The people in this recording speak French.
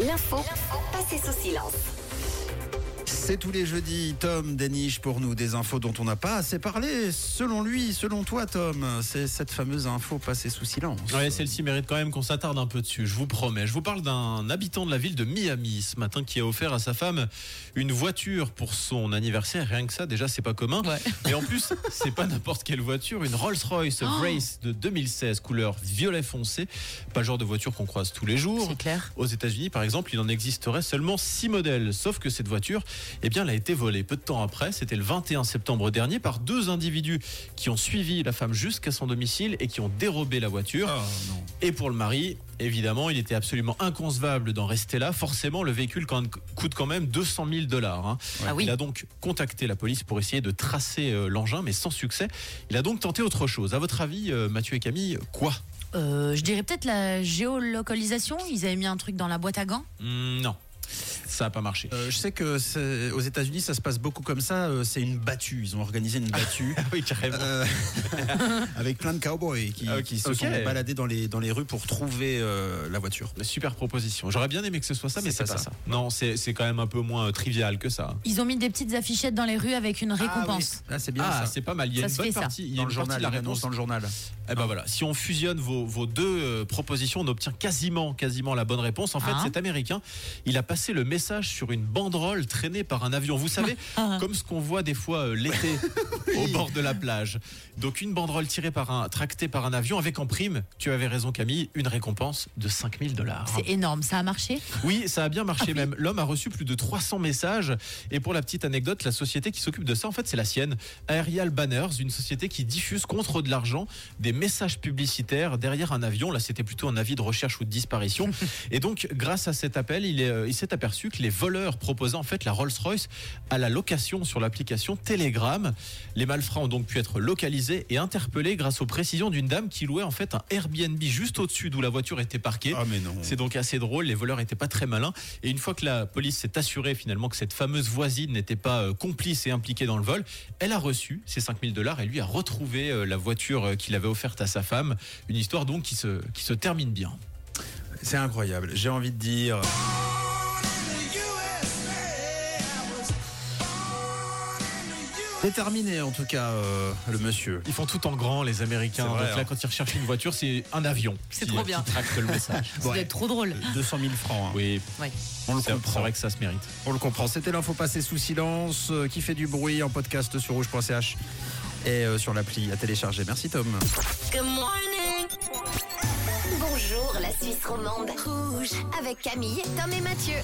L'info passée sous silence. C'est tous les jeudis, Tom déniche pour nous des infos dont on n'a pas assez parlé. Selon lui, selon toi, Tom, c'est cette fameuse info passée sous silence. Ouais, celle-ci mérite quand même qu'on s'attarde un peu dessus, je vous promets. Je vous parle d'un habitant de la ville de Miami ce matin qui a offert à sa femme une voiture pour son anniversaire. Rien que ça, déjà, c'est pas commun. Et en plus, c'est pas n'importe quelle voiture, une Rolls-Royce Oh. Race de 2016, couleur violet foncé. Pas le genre de voiture qu'on croise tous les jours. C'est clair. Aux États-Unis, par exemple, il en existerait seulement 6 modèles. Sauf que cette voiture, eh bien, elle a été volée peu de temps après. C'était le 21 septembre dernier par deux individus qui ont suivi la femme jusqu'à son domicile et qui ont dérobé la voiture. Ah, Et pour le mari, évidemment, il était absolument inconcevable d'en rester là. Forcément, le véhicule quand- coûte quand même 200 000 dollars. hein. Ah oui. Il a donc contacté la police pour essayer de tracer euh, l'engin, mais sans succès. Il a donc tenté autre chose. À votre avis, euh, Mathieu et Camille, quoi Euh, je dirais peut-être la géolocalisation. Ils avaient mis un truc dans la boîte à gants. Hmm, Non, ça n'a pas marché. Euh, je sais que c'est- aux États-Unis, ça se passe beaucoup comme ça. euh, C'est une battue. Ils ont organisé une battue. Oui, carrément. euh, avec plein de cowboys qui, Ok. qui se sont Ok. baladés dans les, dans les rues pour trouver euh, la voiture. Super proposition. J'aurais bien aimé que ce soit ça, mais C'est c'est pas pas ça. ça. Non, c'est c'est quand même un peu moins euh, trivial que ça. Ils ont mis des petites affichettes dans les rues avec une récompense. Ah, oui. Ah, c'est bien ah, ça. c'est pas mal. Il y a Ça une se bonne fait, ça. partie. Il y a Dans une le partie journal, de la une annonce réponse. dans le journal. Eh ben voilà, si on fusionne vos, vos deux euh, propositions, on obtient quasiment, quasiment la bonne réponse. En fait, Ah. cet Américain, il a passé le message sur une banderole traînée par un avion. Vous savez, comme ce qu'on voit des fois euh, l'été au bord de la plage. Donc une banderole tirée par un, tractée par un avion avec en prime, tu avais raison Camille, une récompense de 5000 dollars. C'est énorme, ça a marché. Oui, ça a bien marché même. L'homme a reçu plus de 300 messages. Et pour la petite anecdote, la société qui s'occupe de ça, en fait, c'est la sienne. Aerial Banners, une société qui diffuse contre de l'argent des messages publicitaires derrière un avion. Là, c'était plutôt un avis de recherche ou de disparition. Et donc, grâce à cet appel, il est, euh, il s'est aperçu que les voleurs proposaient en fait la Rolls-Royce à la location sur l'application Telegram. Les malfrats ont donc pu être localisés et interpellés grâce aux précisions d'une dame qui louait en fait un Airbnb juste au-dessus d'où la voiture était parquée. mais non. C'est donc assez drôle, les voleurs n'étaient pas très malins. Et une fois que la police s'est assurée finalement que cette fameuse voisine n'était pas euh, complice et impliquée dans le vol, elle a reçu ses 5000 dollars et lui a retrouvé euh, la voiture euh, qu'il avait offerte à sa femme. Une histoire donc qui se, qui se termine bien. C'est incroyable. J'ai envie de dire. C'est terminé en tout cas, euh, le monsieur. Ils font tout en grand, les Américains. C'est vrai, donc là, hein. quand ils recherchent une voiture, c'est un avion. C'est qui- trop bien. Qui tracte le message. Ça doit être trop drôle. 200 000 francs. hein. Oui, Ouais. On le c'est c'est comprend. vrai que ça se mérite. On le comprend. C'était l'info passée sous silence, euh, qui fait du bruit en podcast sur rouge.ch et euh, sur l'appli à télécharger. Merci Tom. Bonjour la Suisse romande. Rouge avec Camille, Tom et Mathieu.